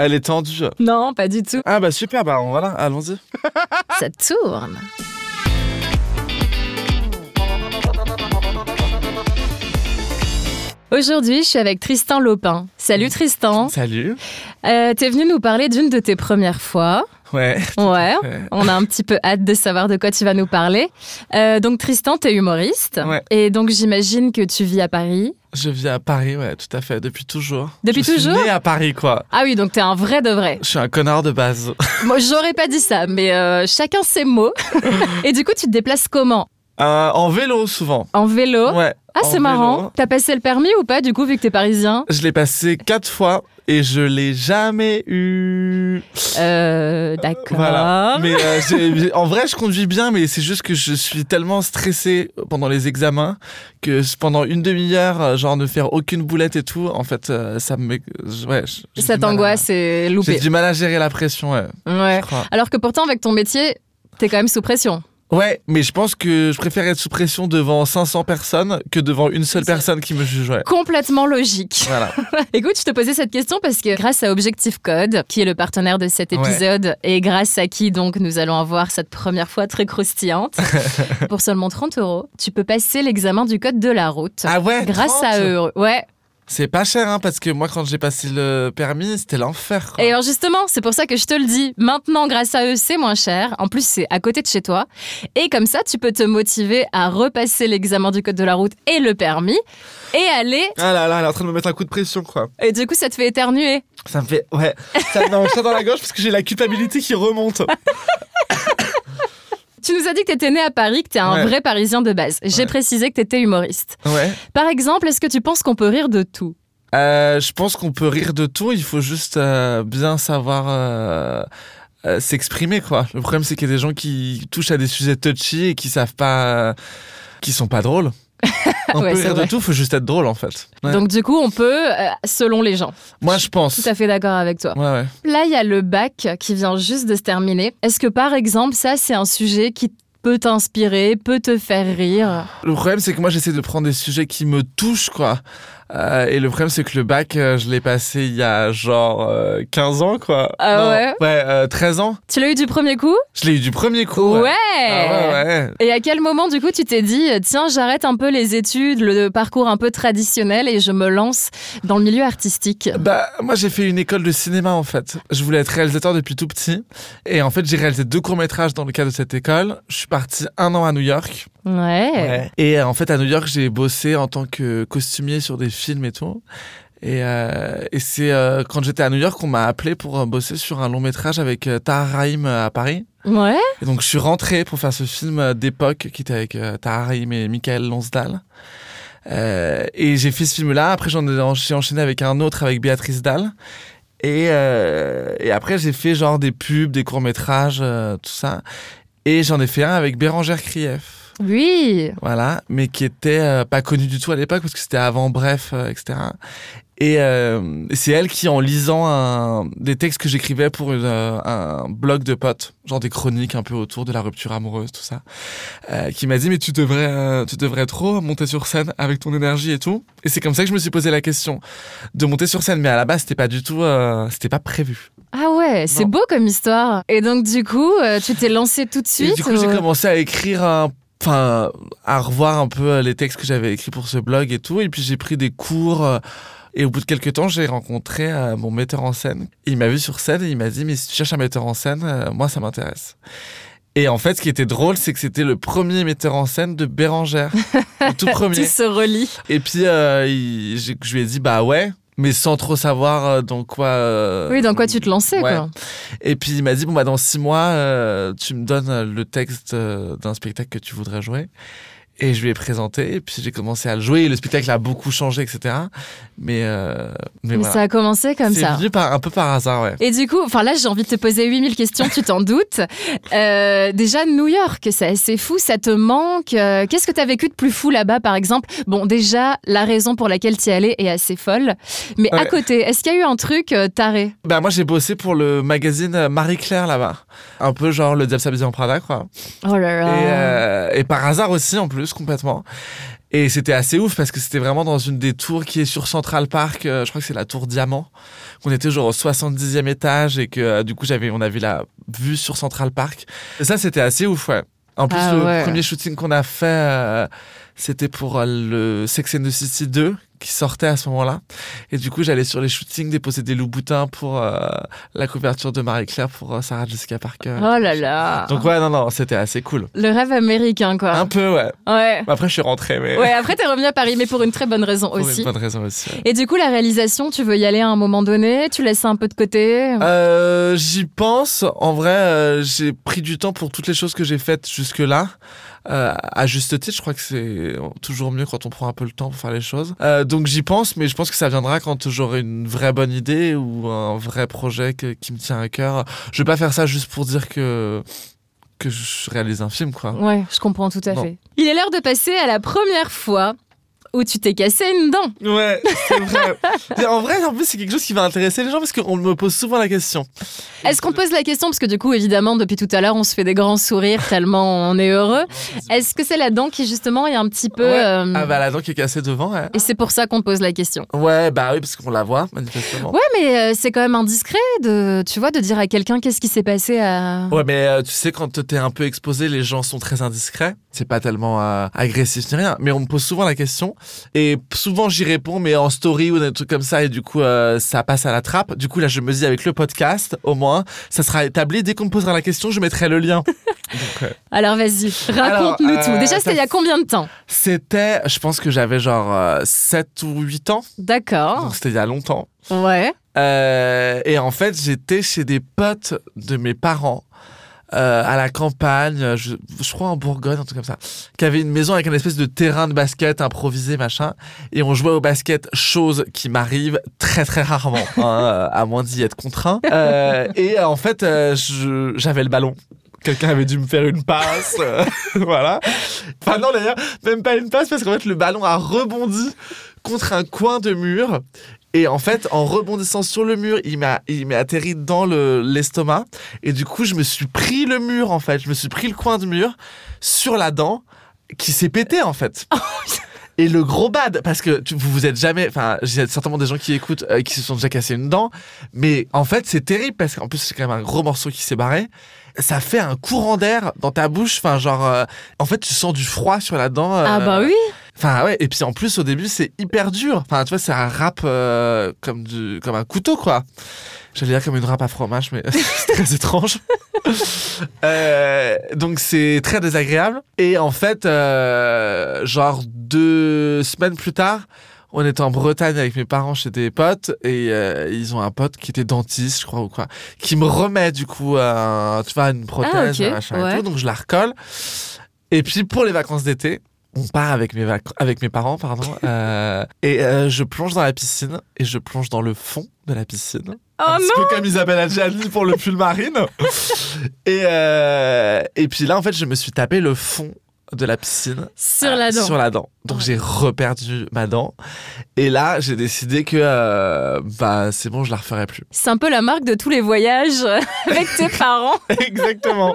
Elle est tendue. Non, pas du tout. Ah bah super, bah on- voilà, allons-y. Ça tourne. Aujourd'hui, je suis avec Tristan Lopin. Salut Tristan. Salut. Euh, T'es venu nous parler d'une de tes premières fois. Ouais. Ouais. Euh, On a un petit peu hâte de savoir de quoi tu vas nous parler. Euh, donc Tristan, t'es humoriste. Ouais. Et donc j'imagine que tu vis à Paris. Je vis à Paris, ouais, tout à fait, depuis toujours. Depuis Je suis toujours né à Paris, quoi. Ah oui, donc t'es un vrai de vrai. Je suis un connard de base. Moi, j'aurais pas dit ça, mais euh, chacun ses mots. et du coup, tu te déplaces comment Euh, en vélo, souvent. En vélo Ouais. Ah, en c'est marrant. vélo. T'as passé le permis ou pas, du coup, vu que t'es parisien Je l'ai passé quatre fois et je l'ai jamais eu. Euh, d'accord. Ah. Voilà. Mais euh, j'ai- j'ai- en vrai, je conduis bien, mais c'est juste que je suis tellement stressé pendant les examens que c- pendant une demi-heure, euh, genre ne faire aucune boulette et tout, en fait, euh, ça me. je- Ouais, je- j'ai Cette du mal à- angoisse est J'ai loupée. du mal à gérer la pression, ouais. Ouais. je crois. Alors que pourtant, avec ton métier, t'es quand même sous pression. Ouais, mais je pense que je préfère être sous pression devant 500 personnes que devant une seule personne qui me juge. Ouais. Complètement logique. Voilà. Écoute, je te posais cette question parce que grâce à Objectif Code, qui est le partenaire de cet Ouais. épisode, et grâce à qui donc nous allons avoir cette première fois très croustillante, pour seulement 30 euros, tu peux passer l'examen du code de la route. Ah ouais Grâce 30. à eux, ouais. C'est pas cher, hein, parce que moi, quand j'ai passé le permis, c'était l'enfer. quoi. Et alors justement, c'est pour ça que je te le dis. Maintenant, grâce à eux, c'est moins cher. En plus, c'est à côté de chez toi. Et comme ça, tu peux te motiver à repasser l'examen du code de la route et le permis et aller. Ah là là, elle est en train de me mettre un coup de pression, quoi. Et du coup, ça te fait éternuer. Ça me fait. Ouais. Ça me met un chat dans la gorge parce que j'ai la culpabilité qui remonte. Tu nous as dit que t'étais né à Paris, que t'es un Ouais. vrai Parisien de base. J'ai Ouais. précisé que t'étais humoriste. Ouais. Par exemple, est-ce que tu penses qu'on peut rire de tout Euh, je pense qu'on peut rire de tout, il faut juste euh, bien savoir euh, euh, s'exprimer, quoi. Le problème, c'est qu'il y a des gens qui touchent à des sujets touchy et qui savent pas. euh, qui sont pas drôles. On Ouais, peut c'est rire vrai. de tout, faut juste être drôle, en fait. Ouais. Donc du coup, on peut, euh, selon les gens. Moi, je Tout pense. à fait d'accord avec toi. Ouais, ouais. Là, il y a le bac qui vient juste de se terminer. Est-ce que par exemple, ça, c'est un sujet qui peut t'inspirer, peut te faire rire Le problème, c'est que moi, j'essaie de prendre des sujets qui me touchent, quoi. Euh, et le problème, c'est que le bac, euh, je l'ai passé il y a genre euh, 15 ans, quoi. Ah Non, ouais Ouais, euh, 13 ans. Tu l'as eu du premier coup Je l'ai eu du premier coup. ouais. Ah ouais, ouais. Et à quel moment, du coup, tu t'es dit, euh, tiens, j'arrête un peu les études, le parcours un peu traditionnel et je me lance dans le milieu artistique Bah, moi j'ai fait une école de cinéma en fait. Je voulais être réalisateur depuis tout petit. Et en fait, j'ai réalisé deux courts-métrages dans le cadre de cette école. Je suis parti un an à New York. Ouais. Et euh, en fait, à New York, j'ai bossé en tant que costumier sur des films et tout. Et, euh, et c'est euh, quand j'étais à New York qu'on m'a appelé pour euh, bosser sur un long métrage avec euh, Tahar Rahim euh, à Paris. Ouais. Et donc je suis rentré pour faire ce film euh, d'époque qui était avec euh, Tahar Rahim et Michael Lonsdal. Euh, et j'ai fait ce film-là. Après, j'en ai en- j'ai enchaîné avec un autre avec Béatrice Dalle. Et, euh, et après, j'ai fait genre des pubs, des courts-métrages, euh, tout ça. Et j'en ai fait un avec Bérangère Krief. Oui. Voilà, mais qui était euh, pas connu du tout à l'époque parce que c'était avant Bref, euh, etc. Et euh, c'est elle qui, en lisant un- des textes que j'écrivais pour une, euh, un blog de potes, genre des chroniques un peu autour de la rupture amoureuse, tout ça, euh, qui m'a dit mais tu devrais, euh, tu devrais trop monter sur scène avec ton énergie et tout. Et c'est comme ça que je me suis posé la question de monter sur scène, mais à la base c'était pas du tout, euh, c'était pas prévu. Ah ouais, c'est Non. beau comme histoire. Et donc, du coup, euh, tu t'es lancé tout de suite Et du coup, j'ai ou- euh, commencé à écrire un- Enfin, à revoir un peu les textes que j'avais écrits pour ce blog et tout. Et puis j'ai pris des cours. euh, Et au bout de quelques temps, j'ai rencontré euh, mon metteur en scène. Il m'a vu sur scène et il m'a dit Mais si tu cherches un metteur en scène, euh, moi, ça m'intéresse. Et en fait, ce qui était drôle, c'est que c'était le premier metteur en scène de Bérangère. le tout Tout premier. se relie. Et puis, euh, il- j'ai- je lui ai dit Bah ouais, mais sans trop savoir euh, dans quoi. euh, Oui, dans quoi tu te lançais, ouais. quoi. et puis il m'a dit bon bah dans six mois euh, tu me donnes euh, le texte euh, d'un spectacle que tu voudrais jouer. Et je lui ai présenté et puis j'ai commencé à le jouer. Et le spectacle a beaucoup changé etc. Mais euh, mais, Mais voilà. ça a commencé comme C'est ça. venu par, un peu par hasard ouais. Et du coup, enfin là, j'ai envie de te poser 8000 questions, tu t'en doutes. Euh, déjà, New York, c'est c'est fou, ça te manque. Euh, Qu'est-ce que tu as vécu de plus fou là-bas, par exemple Bon, déjà, la raison pour laquelle tu y allais est assez folle. Mais à Ouais. côté, est-ce qu'il y a eu un truc euh, taré Bah moi j'ai bossé pour le magazine euh, Marie Claire là-bas. Un peu genre le diable s'habille en Prada quoi. Oh là Et, là. euh, et par hasard aussi en plus complètement. Et c'était assez ouf parce que c'était vraiment dans une des tours qui est sur Central Park, euh, je crois que c'est la tour Diamant, qu'on était genre au 70e étage et que euh, du coup j'avais, on avait la vue sur Central Park. Et ça c'était assez ouf, ouais. En plus, Ah le ouais. premier shooting qu'on a fait, euh, c'était pour euh, le Sex and the City 2 qui sortait à ce moment-là. Et du coup, j'allais sur les shootings déposer des loups-boutins pour euh, la couverture de Marie-Claire pour euh, Sarah Jessica Parker. Oh là là. Donc ouais, non, non, c'était assez cool. Le rêve américain, Un quoi. peu, ouais. Ouais. Après, je suis rentré, mais Ouais, après, t'es revenu à Paris, mais pour une très bonne raison pour aussi. une bonne raison aussi. ouais. Et du coup, la réalisation, tu veux y aller à un moment donné Tu laisses ça un peu de côté Euh, J'y pense. En vrai, euh, j'ai pris du temps pour toutes les choses que j'ai faites jusque-là. Euh, à juste titre, je crois que c'est toujours mieux quand on prend un peu le temps pour faire les choses. Euh, donc j'y pense, mais je pense que ça viendra quand j'aurai une vraie bonne idée ou un vrai projet que- qui me tient à cœur. Je vais pas faire ça juste pour dire que que je réalise un film, quoi. Ouais, je comprends tout à Non. fait. Il est l'heure de passer à la première fois où tu t'es cassé une dent. Ouais, c'est vrai. Mais en vrai, en plus, c'est quelque chose qui va intéresser les gens parce qu'on me pose souvent la question. Est-ce qu'on te pose la question Parce que du coup, évidemment, depuis tout à l'heure, on se fait des grands sourires tellement on est heureux. Est-ce que c'est la dent qui, justement, est un petit peu. Ouais. euh, Ah bah la dent qui est cassée devant, ouais. Et c'est pour ça qu'on te pose la question. Ouais, bah oui, parce qu'on la voit, manifestement. Ouais, mais euh, c'est quand même indiscret de, tu vois, de dire à quelqu'un qu'est-ce qui s'est passé à. Ouais, mais euh, tu sais, quand t'es un peu exposé, les gens sont très indiscrets. C'est pas tellement euh, agressif ni rien. Mais on me pose souvent la question. Et souvent, j'y réponds, mais en story ou des trucs comme ça. Et du coup, euh, ça passe à la trappe. Du coup, là, je me dis, avec le podcast, au moins, ça sera établi. Dès qu'on me posera la question, je mettrai le lien. Donc, euh, Alors vas-y, raconte-nous Alors, euh, tout. Déjà, c'était il y a ça- combien de temps C'était, je pense que j'avais genre euh, 7 ou 8 ans. D'accord. Donc, c'était il y a longtemps. Ouais. Euh, et en fait, j'étais chez des potes de mes parents. euh, à la campagne, je, je crois en Bourgogne, un truc comme ça, qui avait une maison avec un espèce de terrain de basket improvisé, machin, et on jouait au basket, chose qui m'arrive très très rarement, hein, euh, à moins d'y être contraint. Euh, et euh, en fait, euh, je- j'avais le ballon. Quelqu'un avait dû me faire une passe, euh, voilà. Enfin non d'ailleurs, même pas une passe parce qu'en fait le ballon a rebondi contre un coin de mur. Et en fait, en rebondissant sur le mur, il m'a, il m'est atterri dans le, l'estomac. Et du coup, je me suis pris le mur, en fait. Je me suis pris le coin de mur sur la dent qui s'est pété, en fait. Et le gros bad, parce que tu- vous vous êtes jamais, enfin, j'ai certainement des gens qui écoutent euh, qui se sont déjà cassé une dent, mais en fait c'est terrible parce qu'en plus c'est quand même un gros morceau qui s'est barré. Ça fait un courant d'air dans ta bouche, enfin genre, euh, en fait tu sens du froid sur la dent. Ah euh, bah oui. Enfin ouais, et puis en plus au début c'est hyper dur. Enfin tu vois c'est un rap euh, comme du comme un couteau quoi. J'allais dire comme une râpe à fromage mais c'est très étrange. Euh, donc c'est très désagréable et en fait euh, genre deux semaines plus tard on était en Bretagne avec mes parents chez des potes et euh, ils ont un pote qui était dentiste je crois ou quoi qui me remet du coup un- tu vois une prothèse Ah, ok, un machin et ouais. tout, donc je la recolle et puis pour les vacances d'été on part avec mes, vac- avec mes parents, pardon, euh, et euh, je plonge dans la piscine et je plonge dans le fond de la piscine. Oh un petit peu comme Isabelle Adjani pour le pull marine. et, euh, et puis là, en fait, je me suis tapé le fond de la piscine Sur euh, la dent. Sur la dent. Donc Ouais. j'ai reperdu ma dent. Et là, j'ai décidé que euh, bah, c'est bon, je la referai plus. C'est un peu la marque de tous les voyages avec tes parents. Exactement.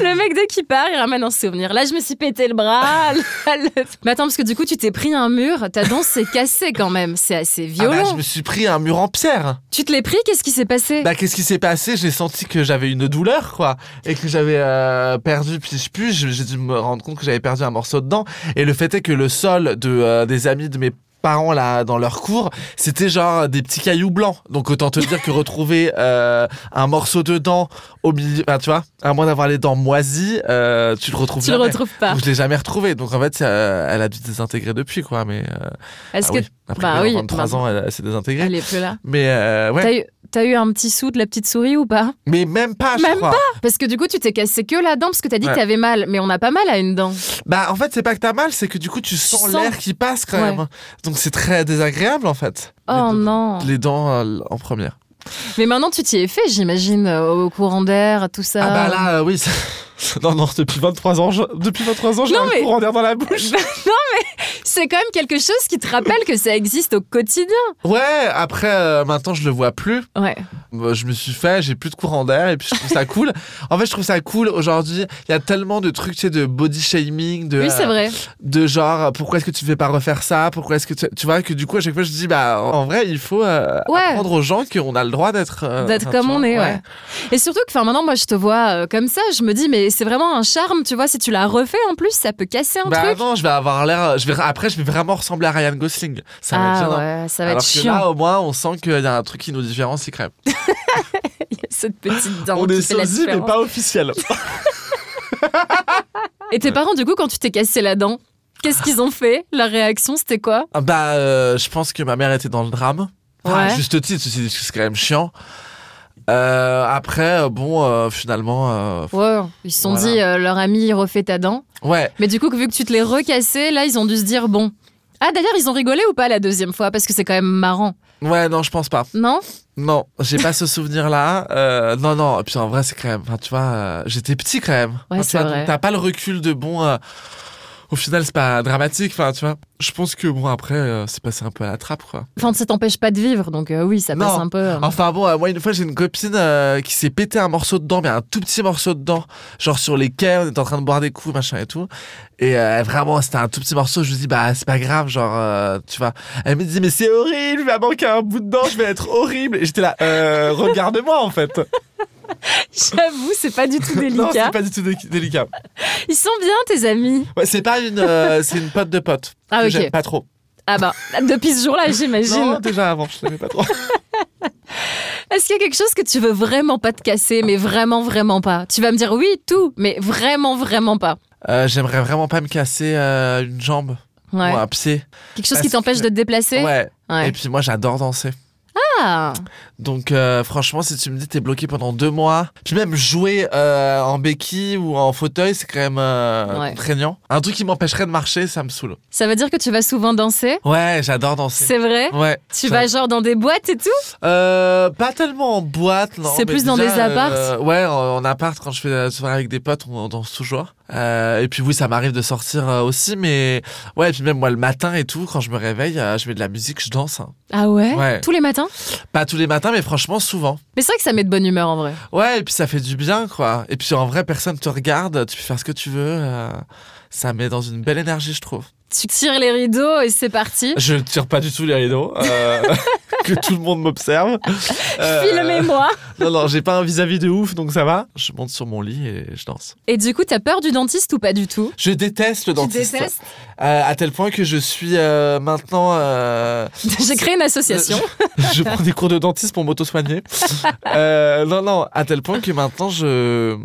Le mec, dès qu'il part, il ramène un souvenir. Là, je me suis pété le bras. là, le- Mais attends, parce que du coup, tu t'es pris un mur. Ta dent s'est cassée quand même. C'est assez Ah bah, violent. je me suis pris un mur en pierre. Tu te l'es pris Qu'est-ce qui s'est passé Bah, qu'est-ce qui s'est passé J'ai senti que j'avais une douleur, quoi, et que j'avais euh, perdu piche puge. J'ai dû me rendre compte que j'avais perdu un morceau dedans. Et le fait est que le sol de euh, des amis de mes parents là dans leur cours, c'était genre des petits cailloux blancs. Donc autant te dire que retrouver euh, un morceau de dent au milieu, enfin, tu vois, à moins d'avoir les dents moisies, euh, tu le retrouves Tu le jamais. retrouves pas. Donc, je l'ai jamais retrouvé. Donc en fait, ça- elle a dû se désintégrer depuis, quoi. Mais euh, Est-ce ah que. oui. après bah dans oui, 23 ans, elle, elle s'est désintégrée. Elle est plus là. Mais euh, ouais, T'as eu- T'as eu un petit sou de la petite souris ou pas mais même pas, je Même crois. Parce que du coup, tu t'es cassé que la dent parce que t'as dit Ouais. que t'avais mal. Mais on a pas mal à une dent. Bah en fait c'est pas que t'as mal, c'est que du coup tu sens, sens. l'air qui passe quand Ouais. même. Donc c'est très désagréable en fait. Oh les, dents- non. les dents euh, en première. Mais maintenant, tu t'y es fait, j'imagine, euh, au courant d'air, tout ça. Ah bah Ah, là euh, oui, ça, Non, non, depuis 23 ans, je- depuis 23 ans, j'ai Non, un mais- courant d'air dans la bouche. non, mais c'est quand même quelque chose qui te rappelle que ça existe au quotidien. Ouais, après, euh, maintenant, je le vois plus. Ouais. Euh, Je me suis fait, j'ai plus de courant d'air et puis je trouve ça cool. En fait, je trouve ça cool aujourd'hui. Il y a tellement de trucs, tu sais, de body shaming, de, Oui, c'est euh, vrai. de genre, euh, pourquoi est-ce que tu ne fais pas refaire ça Pourquoi est-ce que tu... tu vois que du coup, à chaque fois, je dis, bah, en vrai, il faut euh, Ouais. apprendre aux gens qu'on a le droit d'être. euh, D'être enfin, tu comme on vois, est, ouais. Et surtout que enfin, maintenant, moi, je te vois euh, comme ça, je me dis, mais c'est vraiment un charme, tu vois, si tu la refais en plus, ça peut casser un Bah truc. non, je vais avoir l'air. euh, Je vais après, je vais vraiment ressembler à Ryan Gosling. Ça va être ah gênant. ouais, ça va Alors être que chiant, là, au moins, on sent qu'il y a un truc qui nous différencie quand même. Il y a cette petite dent on qui est fait la sosie, mais différence. pas officiel. Et tes parents, du coup, quand tu t'es cassé la dent, qu'est-ce qu'ils ont fait Leur réaction, c'était quoi bah, euh, je pense que ma mère était dans le drame. Enfin, Ouais. juste titre, ceci dit, parce que c'est quand même chiant. Euh, après, euh, bon, euh, finalement. euh, Ouais, ils se sont Voilà. dit, euh, leur ami il refait ta dent. ouais. Mais du coup, vu que tu te l'es recassé, là, ils ont dû se dire, bon. Ah, d'ailleurs, ils ont rigolé ou pas la deuxième fois Parce que c'est quand même marrant, Ouais, non, je pense pas. non Non, j'ai pas ce souvenir-là. Euh, non, non. Et puis en vrai, c'est quand même. Enfin, tu vois, euh, j'étais petit quand même. Ouais, Enfin, c'est tu vois, vrai. donc T'as pas le recul de bon. euh, au final, c'est pas dramatique. Enfin, tu vois. Je pense que bon, après, euh, c'est passé un peu à la trappe, quoi. Enfin, ça t'empêche pas de vivre, donc euh, oui, ça Non. passe un peu. euh. Enfin bon, euh, moi une fois j'ai une copine euh, qui s'est pété un morceau de dent, mais un tout petit morceau de dent, genre sur les quais, on était en train de boire des coups, machin et tout. Et euh, vraiment, c'était un tout petit morceau, je lui dis bah c'est pas grave, genre euh, tu vois. Elle me dit mais c'est horrible, il va manquer un bout de dent, je vais être horrible. Et j'étais là, euh, regarde-moi en fait. J'avoue, c'est pas du tout non, délicat. c'est pas du tout dé- délicat. Ils sont bien, tes amis. Ouais, c'est pas une, euh, c'est une pote de pote. Ah, que ok. J'aime pas trop. Ah bah, depuis ce jour-là, Non, j'imagine. déjà avant, je l'aimais pas trop. Est-ce qu'il y a quelque chose que tu veux vraiment pas te casser, mais vraiment, vraiment pas Tu vas me dire oui, tout, mais vraiment, vraiment pas. Euh, J'aimerais vraiment pas me casser euh, une jambe Ouais. ou un pied. Quelque chose qui Parce t'empêche que- de te déplacer Ouais. Ouais. Et puis moi j'adore danser. Ah Donc euh, franchement, si tu me dis t'es bloqué pendant deux mois, puis même jouer euh, en béquille ou en fauteuil, c'est quand même euh, Ouais. contraignant. Un truc qui m'empêcherait de marcher, ça me saoule. Ça veut dire que tu vas souvent danser Ouais, j'adore danser. C'est vrai Ouais. Tu Ça- vas genre dans des boîtes et tout Euh, pas tellement en boîte, non. C'est mais plus dans déjà, des apparts euh, Ouais, en, en appart, quand je fais la soirée avec des potes, on, on danse toujours. Euh, et puis oui, ça m'arrive de sortir euh, aussi, mais ouais, et puis même moi le matin et tout, quand je me réveille, euh, je mets de la musique, je danse. hein. Ah ouais, Ouais. Tous les matins Pas tous les matins, mais franchement souvent. Mais c'est vrai que ça met de bonne humeur en vrai. Ouais, et puis ça fait du bien, quoi. Et puis en vrai, personne te regarde, tu peux faire ce que tu veux. euh, ça met dans une belle énergie, je trouve. Tu tires les rideaux et c'est parti. Je ne tire pas du tout les rideaux, euh, que tout le monde m'observe. Euh, Filmez-moi Non, non, j'ai pas un vis-à-vis de ouf, donc ça va. Je monte sur mon lit et je danse. Et du coup, t'as peur du dentiste ou pas du tout Je déteste le Tu dentiste. détestes Euh, à tel point que je suis euh, maintenant. euh, J'ai créé une association. je, je prends des cours de dentiste pour m'auto-soigner. Euh, non, non, à tel point que maintenant, je...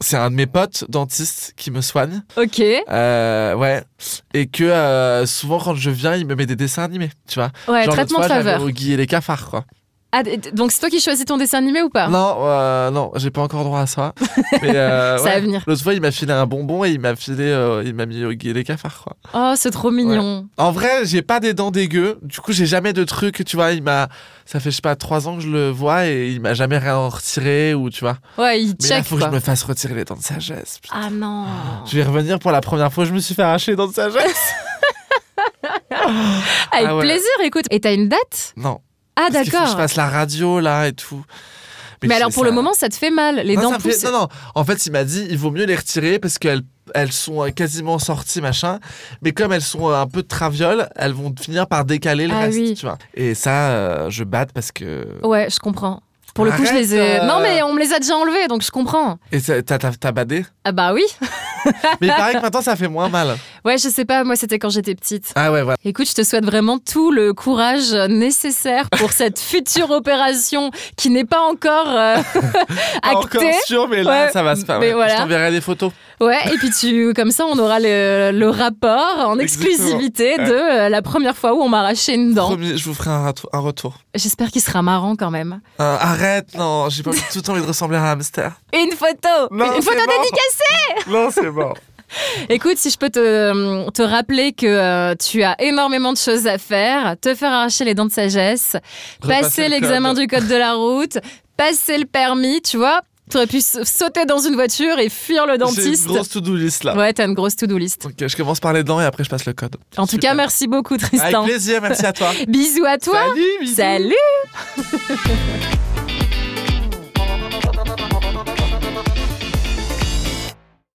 c'est un de mes potes dentistes qui me soigne. ok. Euh, ouais. Et que euh, souvent, quand je viens, il me met des dessins animés, tu vois. Ouais, Genre, traitement de l'autre fois, j'avais faveur. au Guy et les cafards, quoi. Ah, et- donc c'est toi qui choisis ton dessin animé ou pas Non, euh, non, j'ai pas encore droit à ça. Mais, euh, Ça ouais. va venir. L'autre fois, il m'a filé un bonbon et il m'a filé, euh, il m'a mis au Guy et les cafards, quoi. Oh, c'est trop mignon. En vrai, j'ai pas des dents dégueu. Du coup, j'ai jamais de trucs, tu vois. Il m'a, ça fait, je sais pas, trois ans que je le vois et il m'a jamais rien retiré ou, tu vois. Ouais, il Mais il check faut quoi. que je me fasse retirer les dents de sagesse. putain. Ah non. Je vais y revenir pour la première fois, je me suis fait arracher les dents de sagesse. Avec Ah ouais. plaisir, écoute. Et t'as une date Non. Ah Parce qu'il faut que je d'accord. fasse la radio là et tout. Mais c'est- alors pour ça- le moment, ça te fait mal. Les non, ça dents me fait- poussent. non, non. En fait, il m'a dit, il vaut mieux les retirer parce qu'elles elles sont euh, quasiment sorties, machin. Mais comme elles sont euh, un peu de traviole, elles vont finir par décaler le Ah reste, oui. tu vois. Et ça, euh, je batte parce que. Ouais, je comprends. Pour le coup, je Arrête, les ai. euh. Non, mais on me les a déjà enlevés, donc je comprends. Et ça- t'as- t'as t'as badé Ah bah oui. Mais il paraît que maintenant, ça fait moins mal. Ouais, je sais pas. Moi, c'était quand j'étais petite. Ah ouais, voilà. Écoute, je te souhaite vraiment tout le courage nécessaire pour cette future opération qui n'est pas encore euh, Pas Encore actée. sûr, mais là, Ouais, ça va se faire. mais ouais. voilà. Je t'enverrai des photos. Ouais, et puis tu, comme ça, on aura le, le rapport en Exactement. exclusivité Ouais. de euh, la première fois où on m'a arraché une dent. Promis, je vous ferai un, rato- un retour. J'espère qu'il sera marrant quand même. Euh, arrête, non, j'ai pas tout le temps envie de ressembler à un hamster. Une photo Non, Une photo c'est mort. dédicacée Non, c'est bon. Écoute, si je peux te, euh, te rappeler que euh, tu as énormément de choses à faire, te faire arracher les dents de sagesse, passer l'examen du code de la route, passer le permis, tu vois T'aurais pu s- sauter dans une voiture et fuir le J'ai une dentiste. grosse to-do list là. Ouais, t'as une grosse to-do list. Ok, je commence par les dents et après je passe le code. En tout Super. cas, merci beaucoup, Avec Tristan. plaisir, merci à toi. Bisous à toi. Salut, bisous. Salut